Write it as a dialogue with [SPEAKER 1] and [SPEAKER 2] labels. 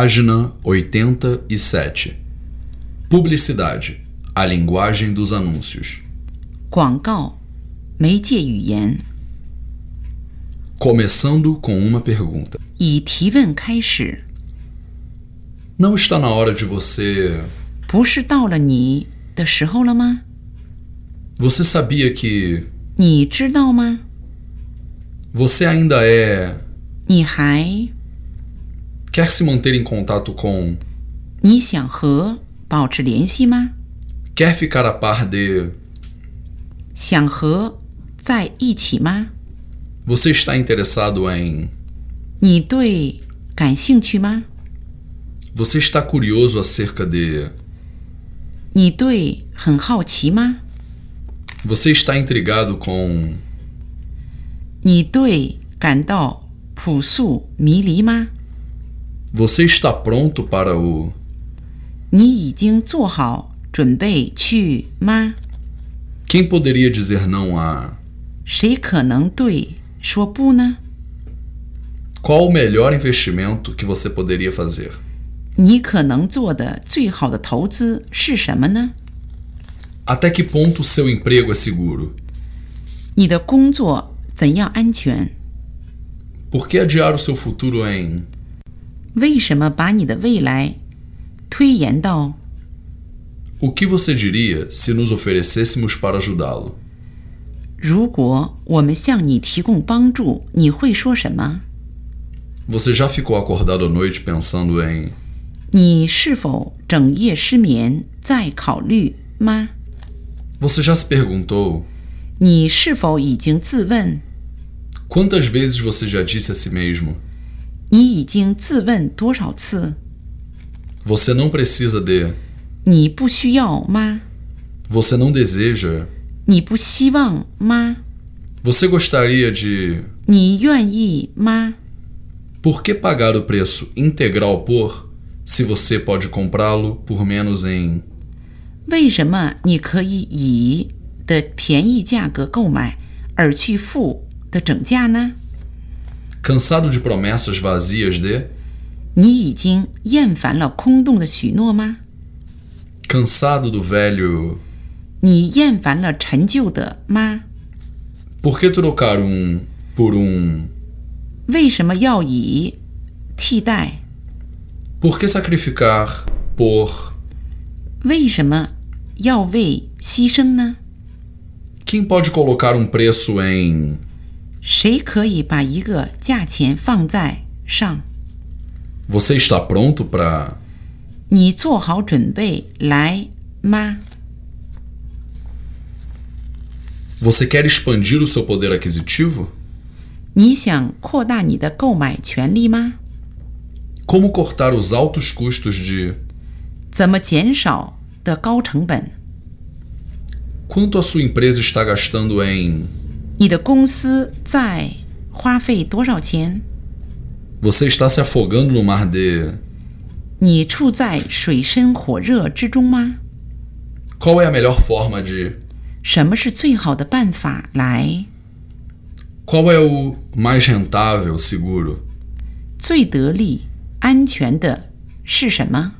[SPEAKER 1] Página 87. Publicidade. A linguagem dos anúncios.
[SPEAKER 2] 广告，媒介语言，
[SPEAKER 1] Começando com uma pergunta.
[SPEAKER 2] 以提问开始，
[SPEAKER 1] Não está na hora de você.
[SPEAKER 2] 不是到了你的时候了吗？
[SPEAKER 1] Você sabia que.
[SPEAKER 2] 你知道吗？
[SPEAKER 1] Você ainda é.
[SPEAKER 2] 你还，
[SPEAKER 1] Quer se manter em contato com.
[SPEAKER 2] 你想和保持联系吗？
[SPEAKER 1] Quer ficar a par de.
[SPEAKER 2] 想和在一起吗？
[SPEAKER 1] Você está interessado em.
[SPEAKER 2] 你对感兴趣吗？
[SPEAKER 1] Você está curioso acerca de.
[SPEAKER 2] 你对很好奇吗？
[SPEAKER 1] Você está intrigado com.
[SPEAKER 2] 你对感到朴素迷离吗？
[SPEAKER 1] Você está pronto para o.
[SPEAKER 2] 你已经做好准备去吗？
[SPEAKER 1] Quem poderia dizer não a.
[SPEAKER 2] 谁可能对说不呢？
[SPEAKER 1] Qual o melhor investimento que você poderia fazer?
[SPEAKER 2] 你可能做的最好的投资是什么呢？
[SPEAKER 1] Até que ponto seu emprego é seguro?
[SPEAKER 2] 你的工作怎样安全？
[SPEAKER 1] Por que adiar o seu futuro em.
[SPEAKER 2] 为什么把你的未来推延到？
[SPEAKER 1] O que você diria se nos oferecêssemos para ajudá-lo?
[SPEAKER 2] 如果我们向你提供帮助，你会说什么？
[SPEAKER 1] Você já ficou acordado à noite pensando em.
[SPEAKER 2] 你是否整夜失眠在考虑吗？
[SPEAKER 1] Você já se perguntou
[SPEAKER 2] 你是否已经自问？
[SPEAKER 1] quantas vezes você já disse a si mesmo:
[SPEAKER 2] 你已经自问多少次？
[SPEAKER 1] Você não precisa de.
[SPEAKER 2] 你不需要吗？
[SPEAKER 1] Você não deseja.
[SPEAKER 2] 你不希望吗？
[SPEAKER 1] Você gostaria de.
[SPEAKER 2] 你愿意吗？
[SPEAKER 1] Por que pagar o preço integral por se você pode comprá-lo por menos em.
[SPEAKER 2] 为什么你可以以的便宜价格购买，而去付的整价呢？
[SPEAKER 1] Cansado de promessas vazias de.
[SPEAKER 2] 你已经厌烦了空洞的许诺吗？
[SPEAKER 1] Cansado do velho.
[SPEAKER 2] 你厌烦了陈旧的吗？
[SPEAKER 1] Por que trocar um por um?
[SPEAKER 2] 为什么要以替代？
[SPEAKER 1] Por que sacrificar por.
[SPEAKER 2] 为什么要为牺牲呢？
[SPEAKER 1] Quem pode colocar um preço em.
[SPEAKER 2] 谁可以把一个价钱放在上？
[SPEAKER 1] Você está pronto para.
[SPEAKER 2] 你做好准备来吗？
[SPEAKER 1] Você quer expandir o seu poder aquisitivo?
[SPEAKER 2] 你想扩大你的购买权利吗？
[SPEAKER 1] Como cortar os altos custos de.
[SPEAKER 2] 怎么减少的高成本？
[SPEAKER 1] Quanto a sua empresa está gastando em.
[SPEAKER 2] 你的公司在花费多少钱？
[SPEAKER 1] Você está se afogando no mar de.
[SPEAKER 2] 你处在水深火热之中吗？
[SPEAKER 1] Qual é a melhor forma de.
[SPEAKER 2] 什么是最好的办法来
[SPEAKER 1] Qual é o mais rentável, seguro?
[SPEAKER 2] 最得力、安全的是什么？